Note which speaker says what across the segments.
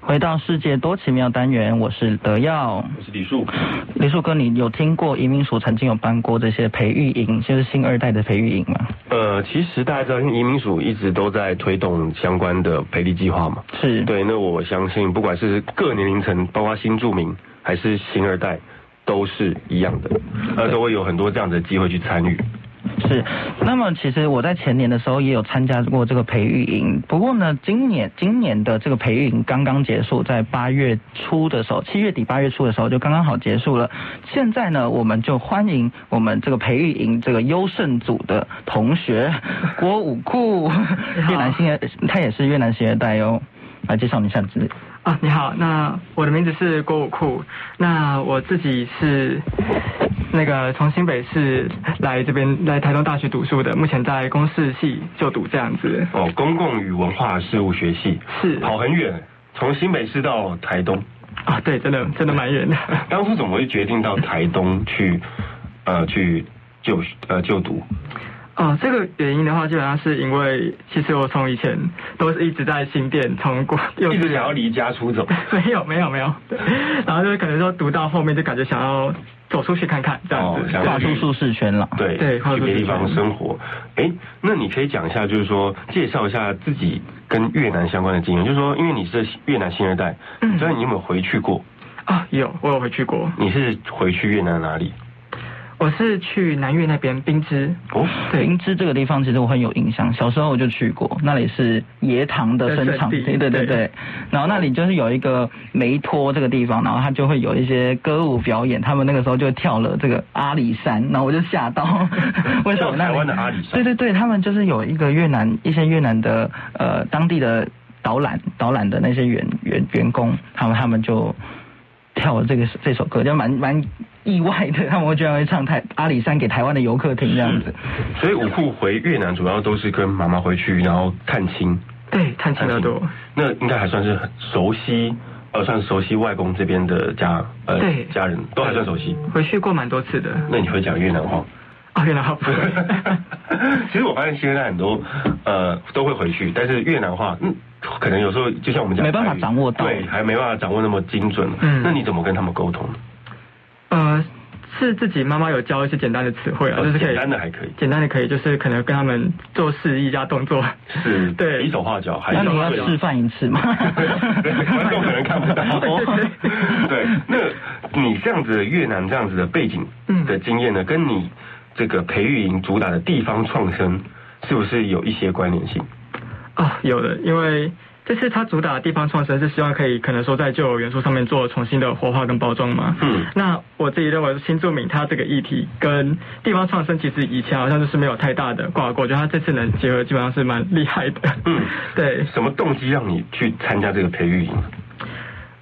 Speaker 1: 回到世界多奇妙单元，我是德耀。
Speaker 2: 我是李树。
Speaker 1: 李树哥，你有听过移民署曾经有办过这些培育营，就是新二代的培育营吗？
Speaker 2: 呃，其实大家知道，移民署一直都在推动相关的培力计划嘛。
Speaker 1: 是，
Speaker 2: 对，那我相信，不管是各年龄层，包括新住民还是新二代，都是一样的，呃，都会有很多这样的机会去参与。
Speaker 1: 是，那么其实我在前年的时候也有参加过这个培育营，不过呢，今年今年的这个培育营刚刚结束，在八月初的时候，七月底八月初的时候就刚刚好结束了。现在呢，我们就欢迎我们这个培育营这个优胜组的同学郭武库，越南新二，他也是越南新二代哦，来介绍你一下自己。
Speaker 3: 啊，你好，那我的名字是郭武库，那我自己是那个从新北市来这边来台东大学读书的，目前在公视系就读这样子。
Speaker 2: 哦，公共与文化事务学系，
Speaker 3: 是
Speaker 2: 跑很远，从新北市到台东，
Speaker 3: 啊，对，真的真的 蛮远的。
Speaker 2: 当初怎么会决定到台东去，呃，去就呃就读？
Speaker 3: 哦，这个原因的话，基本上是因为其实我从以前都是一直在新店，从国幼稚
Speaker 2: 一直
Speaker 3: 园
Speaker 2: 想要离家出走。
Speaker 3: 没有没有没有，然后就是可能说读到后面就感觉想要走出去看看这样子，
Speaker 2: 哦想
Speaker 1: 跨
Speaker 2: 要
Speaker 1: 出舒适圈了。
Speaker 2: 对
Speaker 3: 对跨
Speaker 2: 去
Speaker 3: 出
Speaker 2: 别
Speaker 3: 去
Speaker 2: 地方生活。哎，那你可以讲一下，就是说介绍一下自己跟越南相关的经验，就是说，因为你是越南新二代，
Speaker 3: 嗯
Speaker 2: 所以你有没有回去过？
Speaker 3: 啊、有我有回去过，
Speaker 2: 你是回去越南哪里？
Speaker 3: 我是去南越那边冰之，
Speaker 2: 哦，
Speaker 3: 对
Speaker 1: 林芝这个地方其实我很有印象，小时候我就去过，那里是椰糖的生产地，
Speaker 3: 的圣
Speaker 1: 对
Speaker 3: 地
Speaker 1: 对
Speaker 3: 对
Speaker 1: 对。然后那里就是有一个梅托这个地方，然后它就会有一些歌舞表演，他们那个时候就跳了这个阿里山，然后我就吓到， 为什么那
Speaker 2: 跳台
Speaker 1: 里
Speaker 2: 湾的阿里山
Speaker 1: 对对对，他们就是有一个越南一些越南的呃当地的导览导览的那些员员员工，他们他们就。跳了这个这首歌就蛮蛮意外的，他们会居然会唱台阿里山给台湾的游客听这 样子。
Speaker 2: 所以武库回越南主要都是跟妈妈回去，然后探亲。
Speaker 3: 对，探亲耳朵，
Speaker 2: 那应该还算是很熟悉，呃，算熟悉外公这边的家，呃，
Speaker 3: 对
Speaker 2: 家人都还算熟悉。
Speaker 3: 回去过蛮多次的。
Speaker 2: 那你会讲越南话？
Speaker 3: 啊，越南好不
Speaker 2: 其实我发现现在很多呃都会回去，但是越南话，嗯，可能有时候就像我们讲，
Speaker 1: 没办法
Speaker 2: 台语
Speaker 1: 掌握到
Speaker 2: 对，还没办法掌握那么精准。
Speaker 3: 嗯
Speaker 2: 那你怎么跟他们沟通？
Speaker 3: 呃，是自己妈妈有教一些简单的词汇啊，
Speaker 2: 哦
Speaker 3: 就是可以
Speaker 2: 简单的还可以，
Speaker 3: 简单的可以，就是可能跟他们做示意加动作。
Speaker 2: 是
Speaker 3: 对
Speaker 2: 比手画脚，还是
Speaker 1: 那你
Speaker 3: 有
Speaker 1: 要
Speaker 2: 对
Speaker 1: 示范一次吗？。
Speaker 2: 对，观众可能看不到
Speaker 1: 哦
Speaker 2: 对，那你这样子的越南这样子的背景
Speaker 3: 嗯
Speaker 2: 的经验呢，跟你这个培育营主打的地方创生，是不是有一些关联性？
Speaker 3: 哦，有的，因为这次它主打的地方创生是希望可以可能说在旧有元素上面做重新的活化跟包装嘛。
Speaker 2: 嗯
Speaker 3: 那我自己认为新住民它这个议题跟地方创生其实以前好像就是没有太大的挂钩，我觉得它这次能结合基本上是蛮厉害的。
Speaker 2: 嗯
Speaker 3: 对，
Speaker 2: 什么动机让你去参加这个培育营？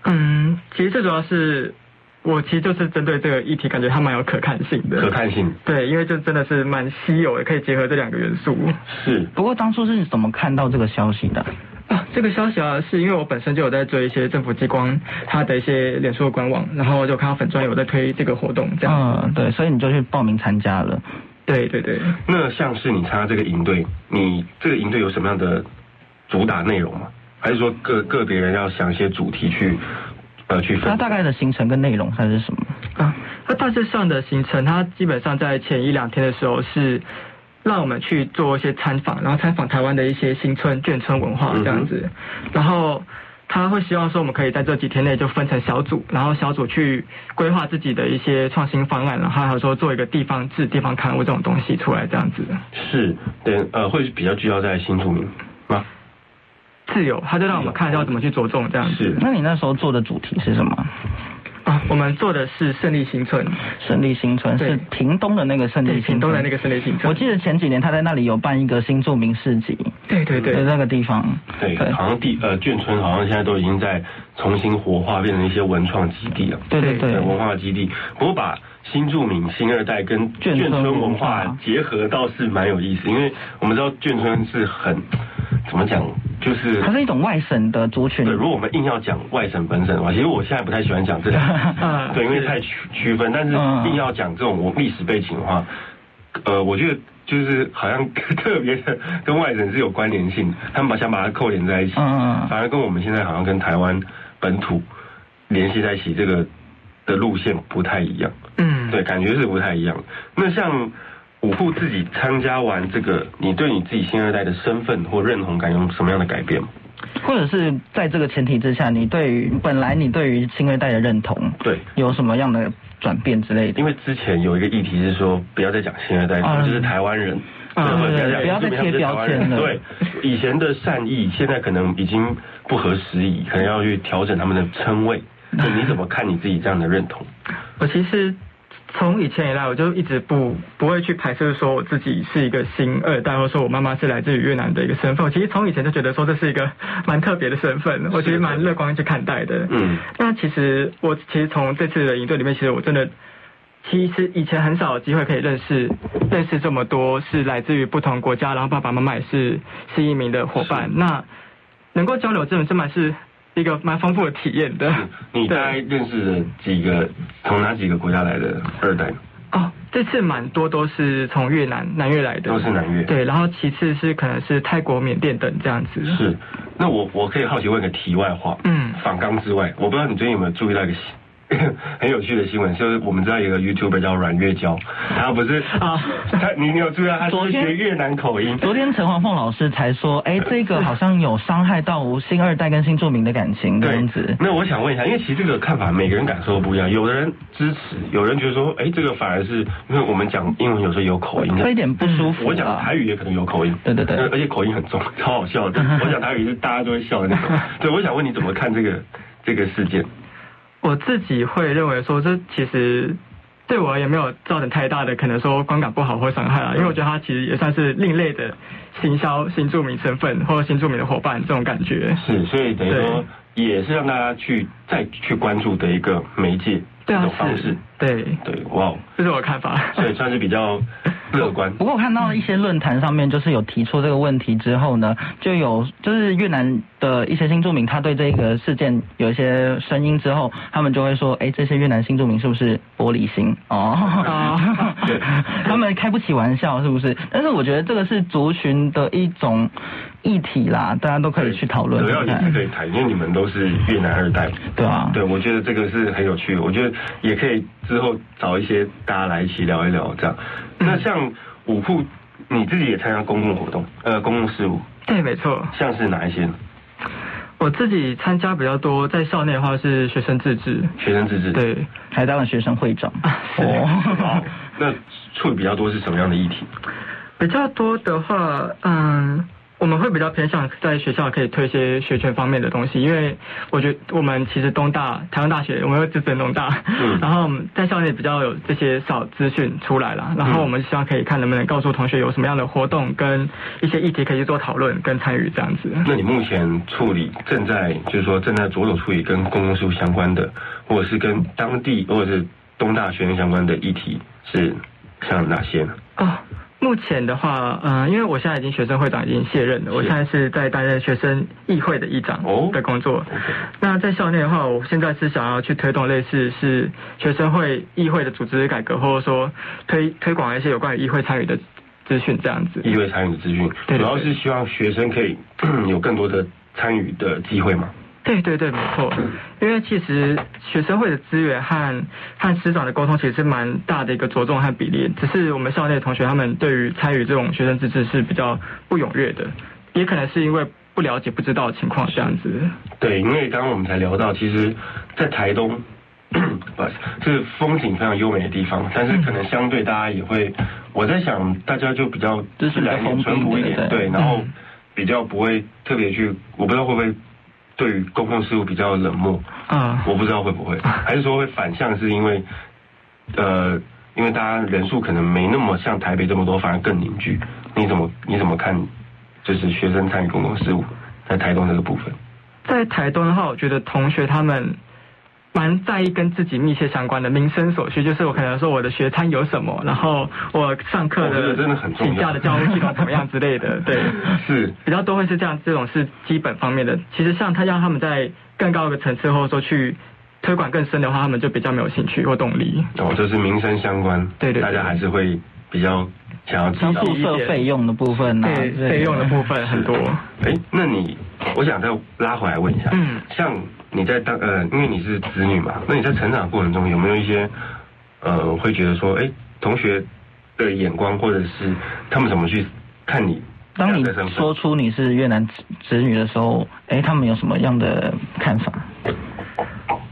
Speaker 3: 嗯，其实最主要是我其实就是针对这个议题，感觉它蛮有可看性的。
Speaker 2: 可看性
Speaker 3: 对，因为就真的是蛮稀有的，可以结合这两个元素。
Speaker 2: 是
Speaker 1: 不过当初是怎么看到这个消息的？
Speaker 3: 啊，这个消息啊，是因为我本身就有在追一些政府机关它的一些脸书的官网，然后就看到粉专有在推这个活动，这样。
Speaker 1: 嗯，对，所以你就去报名参加了。
Speaker 3: 对对对，
Speaker 2: 那像是你参加这个营队，你这个营队有什么样的主打内容吗？还是说个个别人要想一些主题去呃去
Speaker 1: 它
Speaker 2: 分？
Speaker 1: 大概的行程跟内容算是什么？
Speaker 3: 啊，它大致上的行程，它基本上在前一两天的时候是让我们去做一些参访，然后参访台湾的一些新村、眷村文化这样子，然后。他会希望说，我们可以在这几天内就分成小组，然后小组去规划自己的一些创新方案，然后还有说做一个地方志、地方刊物这种东西出来，这样子。
Speaker 2: 是对呃会比较聚焦在新住民吗？
Speaker 3: 自由，他就让我们看一下怎么去着重这样子。
Speaker 2: 是
Speaker 1: 那你那时候做的主题是什么？
Speaker 3: 啊，我们做的是胜利新村，
Speaker 1: 胜利新村
Speaker 3: 对
Speaker 1: 是屏东的那个胜利
Speaker 3: 对，
Speaker 1: 新村，
Speaker 3: 屏东的那个胜利新村。
Speaker 1: 我记得前几年他在那里有办一个新著名市集，
Speaker 3: 对对
Speaker 1: 在
Speaker 3: 对，
Speaker 1: 那个地方。
Speaker 2: 对，好像地呃眷村好像现在都已经在重新活化，变成一些文创基地了。
Speaker 1: 对对
Speaker 3: 对
Speaker 1: 对，
Speaker 2: 文化基地，不过把新住民、新二代跟
Speaker 1: 眷村
Speaker 2: 眷村文
Speaker 1: 文
Speaker 2: 化
Speaker 1: 化
Speaker 2: 结合倒是蛮有意思，因为我们知道眷村是很怎么讲，就是
Speaker 1: 它是一种外省的族群
Speaker 2: 对，。如果我们硬要讲外省本省的话，其实我现在不太喜欢讲这两个，
Speaker 3: 嗯
Speaker 2: 对，因为
Speaker 3: 是
Speaker 2: 太区区分。但是
Speaker 1: 嗯
Speaker 2: 硬要讲这种我历史背景的话，呃，我觉得就是好像 特别的跟外省是有关联性，他们把想把它扣连在一起，
Speaker 1: 嗯嗯嗯
Speaker 2: 反而跟我们现在好像跟台湾本土联系在一起，这个的路线不太一样。
Speaker 3: 嗯，
Speaker 2: 对，感觉是不太一样。那像五户自己参加完这个，你对你自己新二代的身份或认同感有什么样的改变吗？
Speaker 1: 或者是在这个前提之下，你对于本来你对于新二代的认同
Speaker 2: 对，
Speaker 1: 有什么样的转变之类的？
Speaker 2: 因为之前有一个议题是说，不要再讲新二代，他们就是台湾人，
Speaker 3: 嗯
Speaker 2: 对
Speaker 1: 对对
Speaker 2: 不要讲
Speaker 1: 不要再贴标签了
Speaker 2: 对，以前的善意，现在可能已经不合时宜，可能要去调整他们的称谓。 那你怎么看你自己这样的认同？
Speaker 3: 我其实从以前以来，我就一直不不会去排斥说我自己是一个新二代，或者说我妈妈是来自于越南的一个身份。我其实从以前就觉得说这是一个 蛮特别的身份，我其实蛮乐观去看待的。
Speaker 2: 嗯，
Speaker 3: 那其实我其实从这次的营队里面，其实我真的。其实以前很少有机会可以认识认识这么多是来自于不同国家，然后爸爸妈妈也是是移民的伙伴。那能够交流，真的真的是一个蛮丰富的体验的。
Speaker 2: 你大
Speaker 3: 对
Speaker 2: 概认识了几个从哪几个国家来的二代？
Speaker 3: 哦，这次蛮多都是从越南南越来的，
Speaker 2: 都是南越
Speaker 3: 对，然后其次是可能是泰国、缅甸等这样子。，
Speaker 2: 是，那我我可以好奇问个题外话，
Speaker 3: 嗯
Speaker 2: 反刚之外，我不知道你最近有没有注意到一个新很有趣的新闻，就是我们知道有一个 YouTuber 叫阮月娇，他不是
Speaker 3: 啊
Speaker 2: 他你你有注意到他
Speaker 1: 昨
Speaker 2: 是
Speaker 1: 天
Speaker 2: 学越南口音，
Speaker 1: 昨天陈黄凤老师才说， 哎，这个好像有伤害到无新二代跟新著名的感情这样子。
Speaker 2: 那我想问一下，因为其实这个看法每个人感受都不一样，有的人支持，有人觉得说，哎，这个反而是因为我们讲英文有时候有口音，
Speaker 1: 会有点不舒服、啊。
Speaker 2: 嗯我讲台语也可能有口音，
Speaker 1: 对对对
Speaker 2: 而且口音很重，超好笑的。我讲台语是大家都会笑的那 种。对，我想问你怎么看这个这个事件？
Speaker 3: 我自己会认为说，这其实对我而言没有造成太大的可能说观感不好或伤害
Speaker 2: 嗯
Speaker 3: 啊，因为我觉得它其实也算是另类的行销新住民身份或新住民的伙伴这种感觉。
Speaker 2: 是，所以等于说
Speaker 3: 对
Speaker 2: 也是让大家去再去关注的一个媒介，
Speaker 3: 对
Speaker 2: 一
Speaker 3: 啊
Speaker 2: 种，方式
Speaker 3: 是。，对，
Speaker 2: 对，哇哦，
Speaker 3: 这是我的看法。
Speaker 2: 所以算是比较乐观。
Speaker 1: 不过我看到一些论坛上面，就是有提出这个问题之后呢，就有就是越南的一些新住民，他对这个事件有一些声音之后，他们就会说，哎，这些越南新住民是不是玻璃心？哦，
Speaker 2: 对
Speaker 1: 他们开不起玩笑是不是？但是我觉得这个是族群的一种议题啦，大家都可以去讨论
Speaker 2: 主要
Speaker 1: 看
Speaker 2: 你们
Speaker 1: 看，
Speaker 2: 可以谈，因为你们都是越南二代。
Speaker 1: 对啊，
Speaker 2: 对，我觉得这个是很有趣的，我觉得也可以之后找一些大家来一起聊一聊这样。
Speaker 1: 嗯
Speaker 2: 那像武库，你自己也参加公共活动，呃，公共事务，
Speaker 3: 对，没错。
Speaker 2: 像是哪一些呢？
Speaker 3: 我自己参加比较多，在校内的话是学生自治，
Speaker 2: 学生自治。
Speaker 3: 对，啊
Speaker 1: 还当了学生会 长，
Speaker 3: 是
Speaker 2: 哦。那处理比较多是什么样的议题？
Speaker 3: 比较多的话，嗯，我们会比较偏向在学校可以推一些学权方面的东西，因为我觉得我们其实东大、台湾大学，我们又支持东大，
Speaker 2: 嗯
Speaker 3: 然后我们在校内比较有这些少资讯出来啦，然后我们希望可以看能不能告诉同学有什么样的活动跟一些议题可以去做讨论跟参与这样子。
Speaker 2: 那你目前处理正在就是说正在着手处理跟公共事务相关的，或者是跟当地或者是东大学生相关的议题是像哪些呢？
Speaker 3: 哦，目前的话，嗯、因为我现在已经学生会长已经卸任了，我
Speaker 2: 是
Speaker 3: 现在是在担任学生议会的议长
Speaker 2: 哦
Speaker 3: 的工作。
Speaker 2: OK
Speaker 3: 那在校内的话，我现在是想要去推动类似是学生会议会的组织改革，或者说推推广一些有关于议会参与的资讯这样子。
Speaker 2: 议会参与的资讯，
Speaker 3: 对对对
Speaker 2: 主要是希望学生可以 有更多的参与的机会嘛。
Speaker 3: 对对对，没错，因为其实学生会的资源和和师长的沟通其实是蛮大的一个着重和比例，只是我们校内的同学他们对于参与这种学生自治是比较不踊跃的，也可能是因为不了解、不知道的情况这样子。
Speaker 2: 对，因为刚刚我们才聊到，其实，在台东， 不好意思是风景非常优美的地方，
Speaker 1: 嗯
Speaker 2: 但是可能相对大家也会，我在想大家就比较
Speaker 1: 就是比较
Speaker 2: 自然
Speaker 1: 封闭
Speaker 2: 一点淳朴一点，
Speaker 1: 对对
Speaker 2: 对，
Speaker 1: 嗯
Speaker 2: 然后比较不会特别去，我不知道会不会对于公共事务比较冷漠，
Speaker 3: 啊、
Speaker 2: 我不知道会 不会，还是说会反向是因为，呃，因为大家人数可能没那么像台北这么多，反而更凝聚。你怎么你怎么看？就是学生参与公共事务在台东这个部分，
Speaker 3: 在台东的话，我觉得同学他们蛮在意跟自己密切相关的民生所需，就是我可能说我的学餐有什么，然后我上课
Speaker 2: 哦这
Speaker 3: 的
Speaker 2: 个真的很重要
Speaker 3: 请假的教务系统怎么样之类的， 对，
Speaker 2: 是
Speaker 3: 比较多会是这样，这种是基本方面的。其实像他让他们在更高的层次，或者说去推广更深的话，他们就比较没有兴趣或动力。
Speaker 2: 哦，就是民生相关，
Speaker 3: 对对对
Speaker 2: 大家还是会比较想要知
Speaker 1: 像
Speaker 2: 道
Speaker 1: 宿。舍费用的部分啊，
Speaker 3: 对，费用的部分很多。
Speaker 2: 哎，那你我想再拉回来问一下，
Speaker 3: 嗯
Speaker 2: 像你在当呃，因为你是子女嘛，那你在成长过程中有没有一些呃，会觉得说，哎，同学的眼光或者是他们怎么去看你这
Speaker 1: 当
Speaker 2: 样
Speaker 1: 你
Speaker 2: 的身份？
Speaker 1: 说出你是越南子子女的时候，哎，他们有什么样的看法？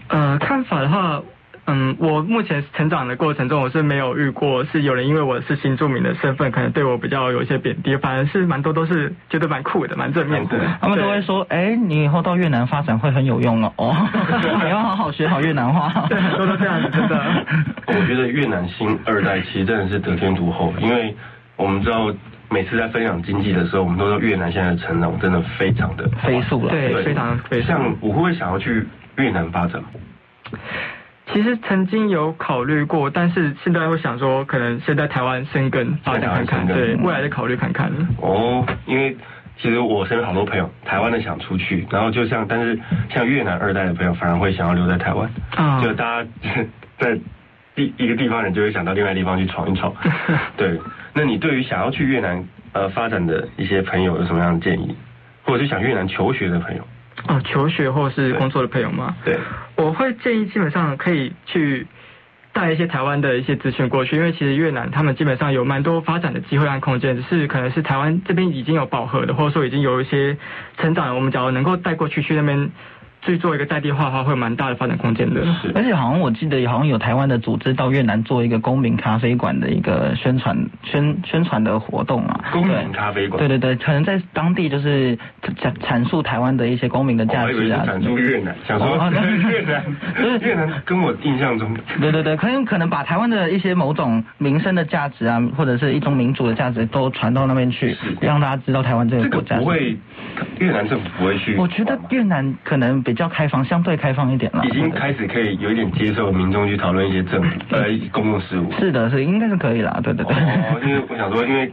Speaker 3: 呃，看法的话，嗯，我目前成长的过程中，我是没有遇过是有人因为我是新住民的身份，可能对我比较有一些贬低，反而是蛮多都是觉得蛮酷的，蛮正面的
Speaker 2: 蛮酷。
Speaker 1: 他们都会说，哎，你以后到越南发展会很有用哦，哦， 你要好好学好越南话。
Speaker 3: 对很多都这样子真的
Speaker 2: 我觉得越南新二代其实真的是得天独厚，因为我们知道每次在分享经济的时候，我们都说越南现在的成长真的非常的
Speaker 1: 飞速了。
Speaker 3: 对非常非常
Speaker 2: 像我会不会想要去越南发展？
Speaker 3: 其实曾经有考虑过，但是现在会想说，可能先在台湾生根发展看
Speaker 2: 在台湾生
Speaker 3: 看，
Speaker 2: 根
Speaker 3: 对
Speaker 2: 嗯
Speaker 3: 未来的考虑看看。
Speaker 2: 哦，因为其实我身边好多朋友，台湾的想出去，然后就像但是像越南二代的朋友反而会想要留在台湾，
Speaker 1: 嗯
Speaker 3: 啊
Speaker 2: 就大家在地一个地方人就会想到另外地方去闯一闯。 对，那你对于想要去越南呃发展的一些朋友有什么样的建议，或者是想越南求学的朋友？
Speaker 3: 哦，求学或是工作的朋友吗？
Speaker 2: 对，
Speaker 3: 我会建议基本上可以去带一些台湾的一些资讯过去，因为其实越南他们基本上有蛮多发展的机会和空间，只是可能是台湾这边已经有饱和的，或者说已经有一些成长了，我们假如能够带过去去那边去做一个在地化的话，会有蛮大的发展空间的。
Speaker 2: 是
Speaker 1: 而且好像我记得，好像有台湾的组织到越南做一个公民咖啡馆的一个宣传宣宣传的活动嘛。
Speaker 2: 公
Speaker 1: 对
Speaker 2: 民咖啡馆。
Speaker 1: 对对对，可能在当地就是阐阐述台湾的一些公民的
Speaker 2: 我
Speaker 1: 价
Speaker 2: 哦还以为
Speaker 1: 值
Speaker 2: 是
Speaker 1: 啊。
Speaker 2: 展出越南，想说
Speaker 1: 哦那
Speaker 2: 越南
Speaker 1: 就是，
Speaker 2: 越南跟我印象中
Speaker 1: 对对对，可能可能把台湾的一些某种民生的价值啊，或者是一种民主的价值都传到那边去
Speaker 2: 是，
Speaker 1: 让大家知道台湾这
Speaker 2: 这
Speaker 1: 个
Speaker 2: 个
Speaker 1: 国家。
Speaker 2: 不会，越南政府不会去管吗。
Speaker 1: 我觉得越南可能比较开放，相对开放一点了。
Speaker 2: 已经开始可以有一点接受民众去讨论一些政 府呃公共事务。
Speaker 1: 是的，是应该是可以啦，对对对。
Speaker 2: 哦，因为我想说，因为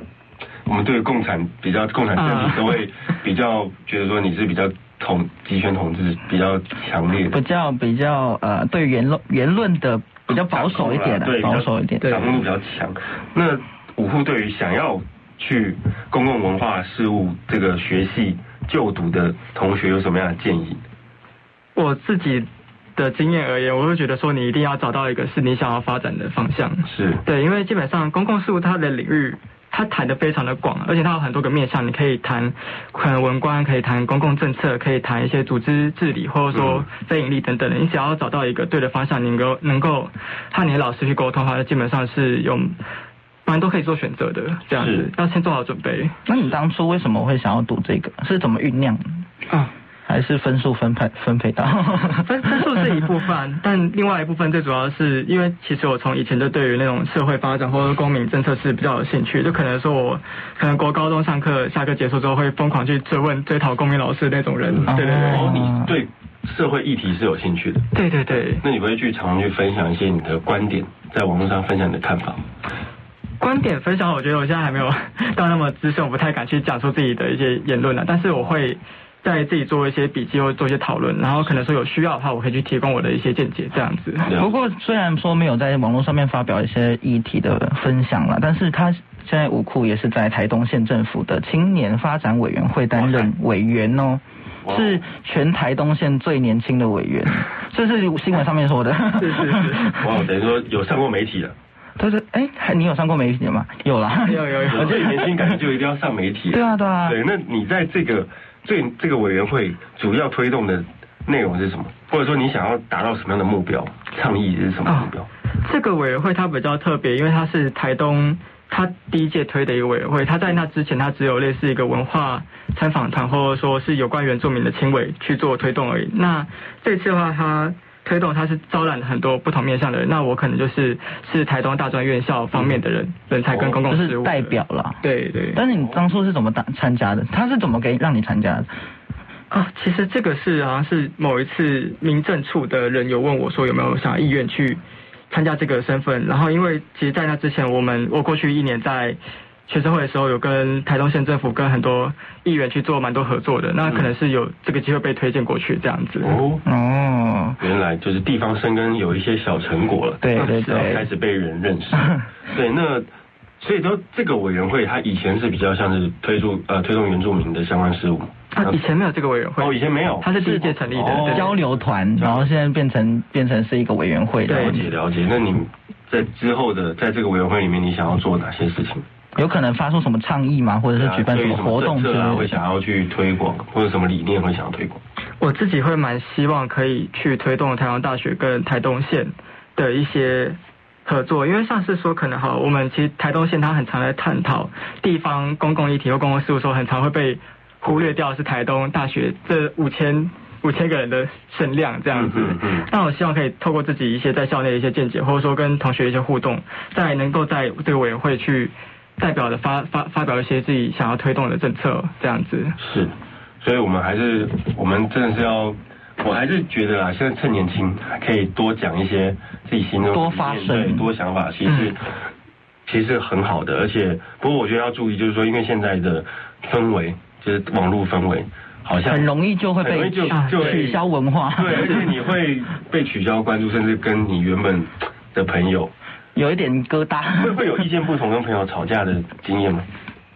Speaker 2: 我们对共产比较共产
Speaker 1: 嗯
Speaker 2: 政
Speaker 3: 啊
Speaker 2: 体都会比较觉得说你是比较统集权统治比较强烈
Speaker 1: 比
Speaker 2: 的，
Speaker 1: 较比较呃，对言论言论的比较保守一点的、
Speaker 2: 对，比较
Speaker 1: 保守一点。
Speaker 3: 对
Speaker 2: 掌控度比较强。那五户对于想要去公共文化事务这个学系就读的同学有什么样的建议？
Speaker 3: 我自己的经验而言，我会觉得说你一定要找到一个是你想要发展的方向。
Speaker 2: 是
Speaker 3: 对，因为基本上公共事务它的领域。它谈的非常的广，而且它有很多个面向，你可以谈可能文官，可以谈公共政策，可以谈一些组织治理，或者说非盈利等等的。你只要找到一个对的方向，你能够能够和你的老师去沟通的话，基本上是有蛮多可以做选择的。这样子
Speaker 2: 是
Speaker 3: 要先做好准备
Speaker 1: 那你当初为什么会想要读这个？是怎么酝酿？
Speaker 3: 啊。
Speaker 1: 还是分数分配分配到？
Speaker 3: 分分数是一部 分，但另外一部分最主要是因为其实我从以前就对于那种社会发展或者公民政策是比较有兴趣，就可能说我可能国高中上课下课结束之后会疯狂去追问追讨公民老师那种人，对对对
Speaker 1: 哦
Speaker 2: 哦，你对社会议题是有兴趣的。
Speaker 3: 对对对，
Speaker 2: 那你会去常常去分享一些你的观点，在网络上分享你的看法吗？
Speaker 3: 观点分享，我觉得我现在还没有 到那么资深，我不太敢去讲出自己的一些言论了。啊但是我会在自己做一些笔记或做一些讨论，然后可能说有需要的话，我可以去提供我的一些见解，这样子。
Speaker 2: 对啊
Speaker 1: 不过虽然说没有在网络上面发表一些议题的分享了，但是他现在武库也是在台东县政府的青年发展委员会担任委员哦。
Speaker 2: 哇
Speaker 1: 是全台东县最年轻的委员，这是新闻上面说的。
Speaker 3: 是是是
Speaker 2: 哇，等于说有上过媒体了，
Speaker 1: 就是哎，还你有上过媒体吗？有啦，
Speaker 3: 有有有
Speaker 1: 啊
Speaker 2: 而且年轻感觉就一定要上媒体。
Speaker 1: 对啊对啊
Speaker 2: 对，那你在这个最这个委员会主要推动的内容是什么？或者说你想要达到什么样的目标？倡议是什么目标？
Speaker 3: 这个委员会它比较特别，因为它是台东它第一届推的一个委员会，它在那之前它只有类似一个文化参访团，或者说是有关原住民的亲委去做推动而已。那这次的话，它推动它是招揽了很多不同面向的人，那我可能就是是台东大专院校方面的人人才跟公共
Speaker 1: 哦就
Speaker 3: 事
Speaker 1: 是
Speaker 3: 务的
Speaker 1: 代表。啦。
Speaker 3: 对对。
Speaker 1: 但是你当初是怎么打参加的？他是怎么给让你参加的？
Speaker 3: 啊，其实这个是好像是某一次民政处的人有问我说有没有想要意愿去参加这个身份，然后因为其实在那之前，我们我过去一年在学生会的时候有跟台东县政府跟很多议员去做蛮多合作的，那可能是有这个机会被推荐过去这样子。
Speaker 2: 哦，
Speaker 1: 哦，
Speaker 2: 原来就是地方生根有一些小成果了。
Speaker 1: 对
Speaker 3: 啊
Speaker 1: 对
Speaker 3: 是
Speaker 2: 然后
Speaker 1: 对，
Speaker 2: 开始被人认识。对，那所以说这个委员会它以前是比较像是推助呃推动原住民的相关事务。
Speaker 3: 他啊以前没有这个委员会，
Speaker 2: 哦，以前没有。
Speaker 3: 他是第一届成立的，
Speaker 2: 哦
Speaker 3: 对
Speaker 1: 交流团，然后现在变成变成是一个委员会的，
Speaker 2: 了解了解。那你在之后的在这个委员会里面，你想要做哪些事情？
Speaker 1: 有可能发出什么倡议吗？或者是举办
Speaker 2: 对
Speaker 1: 什
Speaker 2: 于
Speaker 1: 么活动之
Speaker 2: 政
Speaker 1: 类
Speaker 2: 策啊，
Speaker 1: 的？
Speaker 2: 会想要去推广，或者什么理念会想要推广？
Speaker 3: 我自己会蛮希望可以去推动台湾大学跟台东县的一些合作，因为像是说可能哈，我们其实台东县它很常在探讨地方公共议题或公共事务的时候，很常会被忽略掉是台东大学这五千五千个人的声量这样子。
Speaker 2: 嗯嗯嗯
Speaker 3: 那我希望可以透过自己一些在校内的一些见解，或者说跟同学一些互动，再能够在这个委员会去代表的发发发表一些自己想要推动的政策这样子。
Speaker 2: 是，所以我们还是我们真的是要，我还是觉得啊，现在趁年轻还可以多讲一些自己心中的
Speaker 1: 多
Speaker 2: 理念
Speaker 1: 发声
Speaker 2: 对，多想法，其实、
Speaker 3: 嗯
Speaker 2: 其实很好的，而且不过我觉得要注意，就是说因为现在的氛围，就是网络氛围，好像
Speaker 1: 很容易就会
Speaker 2: 很容
Speaker 1: 被
Speaker 2: 易就
Speaker 1: 啊
Speaker 2: 就会
Speaker 1: 取消文化。
Speaker 2: 对，而且你会被取消关注，甚至跟你原本的朋友
Speaker 1: 有一点疙瘩。
Speaker 2: 会会有意见不同，跟朋友吵架的经验吗？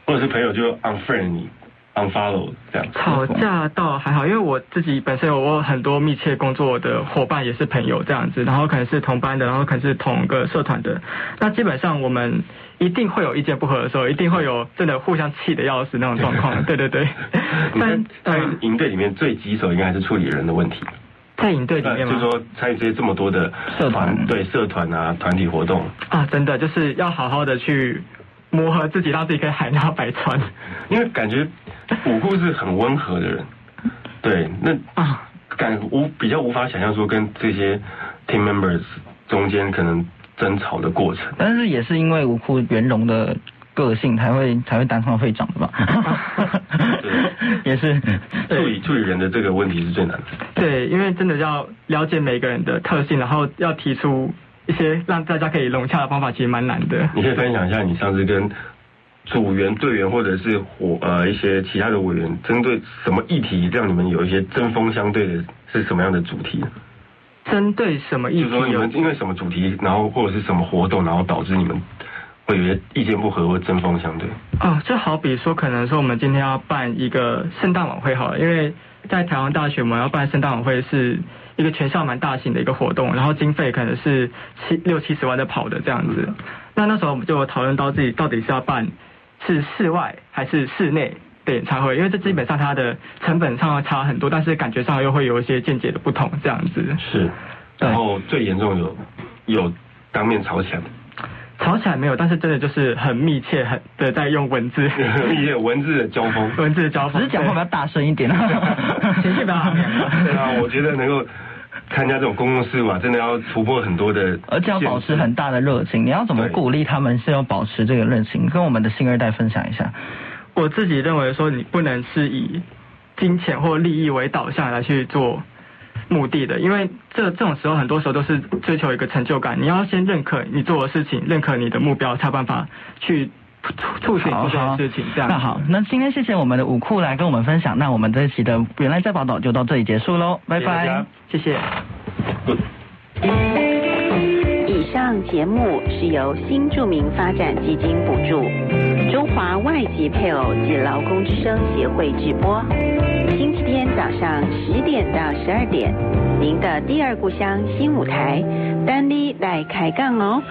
Speaker 2: 或者是朋友就 unfriend 你，unfollow 这样？
Speaker 3: 吵架倒还好，因为我自己本身有我有很多密切工作的伙伴也是朋友这样子，然后可能是同班的，然后可能是同个社团的。那基本上我们一定会有意见不合的时候，一定会有真的互相气的要死那种状 况。对对对，
Speaker 2: 你在
Speaker 3: 但嗯
Speaker 2: 在
Speaker 3: 但
Speaker 2: 营队里面最棘手应该还是处理人的问题，
Speaker 3: 在营队里面
Speaker 2: 就是
Speaker 3: 嘛，
Speaker 2: 说参与这些这么多的
Speaker 1: 社团
Speaker 2: 对社团啊团体活动，
Speaker 3: 啊，真的就是要好好的去磨合自己，让自己可以海纳百川
Speaker 2: 因为感觉五姑是很温和的人，对，那
Speaker 3: 啊。
Speaker 2: 感无比较无法想象说跟这些 team members 中间可能争吵的过程，
Speaker 1: 但是也是因为吴库圆融的个性，才会才会当上会长的 吧？
Speaker 2: 对
Speaker 1: 也是
Speaker 2: 处理处理人的这个问题是最难的。
Speaker 3: 对，因为真的要了解每个人的特性，然后要提出一些让大家可以融洽的方法，其实蛮难的。
Speaker 2: 你可以分享一下你上次跟组员、队员或者是伙呃一些其他的委员，针对什么议题让你们有一些针锋相对的是什么样的主题？
Speaker 3: 针对什么
Speaker 2: 就
Speaker 3: 议
Speaker 2: 是说
Speaker 3: 题
Speaker 2: 你
Speaker 3: 有
Speaker 2: 们？因为什么主题，然后或者是什么活动，然后导致你们会有一些意见不合或针锋相对。
Speaker 3: 哦，就好比说，可能说我们今天要办一个圣诞晚会好了，因为在台湾大学我们要办圣诞晚会是一个全校蛮大型的一个活动，然后经费可能是七六七十万在跑的这样子。那那时候我们就有讨论到自己到底是要办是室外还是室内的演唱会，因为这基本上它的成本上差很多，但是感觉上又会有一些见解的不同这样子。
Speaker 2: 是，
Speaker 3: 对
Speaker 2: 然后最严重有有当面吵起来，
Speaker 3: 吵起来没有，但是真的就是很密切很的在用文字
Speaker 2: 一些文字的 交 锋。
Speaker 3: 文字交
Speaker 1: 只
Speaker 3: 锋，
Speaker 1: 是讲话比较大声一点，
Speaker 3: 情绪比较好
Speaker 2: 对啊，我觉得能够参加这种公共事务啊，真的要突破很多的，
Speaker 1: 而且要保持很大的热情。你要怎么
Speaker 2: 对
Speaker 1: 鼓励他们是要保持这个热情？跟我们的新二代分享一下。
Speaker 3: 我自己认为说，你不能是以金钱或利益为导向来去做目的的，因为这这种时候很多时候都是追求一个成就感。你要先认可你做的事情，认可你的目标，才有办法去促促进
Speaker 1: 好
Speaker 3: 这件
Speaker 1: 好，
Speaker 3: 事情。这样
Speaker 1: 那好，那今天谢谢我们的武库来跟我们分享。那我们这一期的原来在宝岛就到这里结束喽，拜
Speaker 2: 谢谢大
Speaker 1: 拜。
Speaker 2: 家
Speaker 3: 谢谢。
Speaker 4: 以上节目是由新著名发展基金补助，中华外籍配偶及劳工之声协会直播，星期天早上十点到十二点，您的第二故乡新舞台，单立来开杠哦。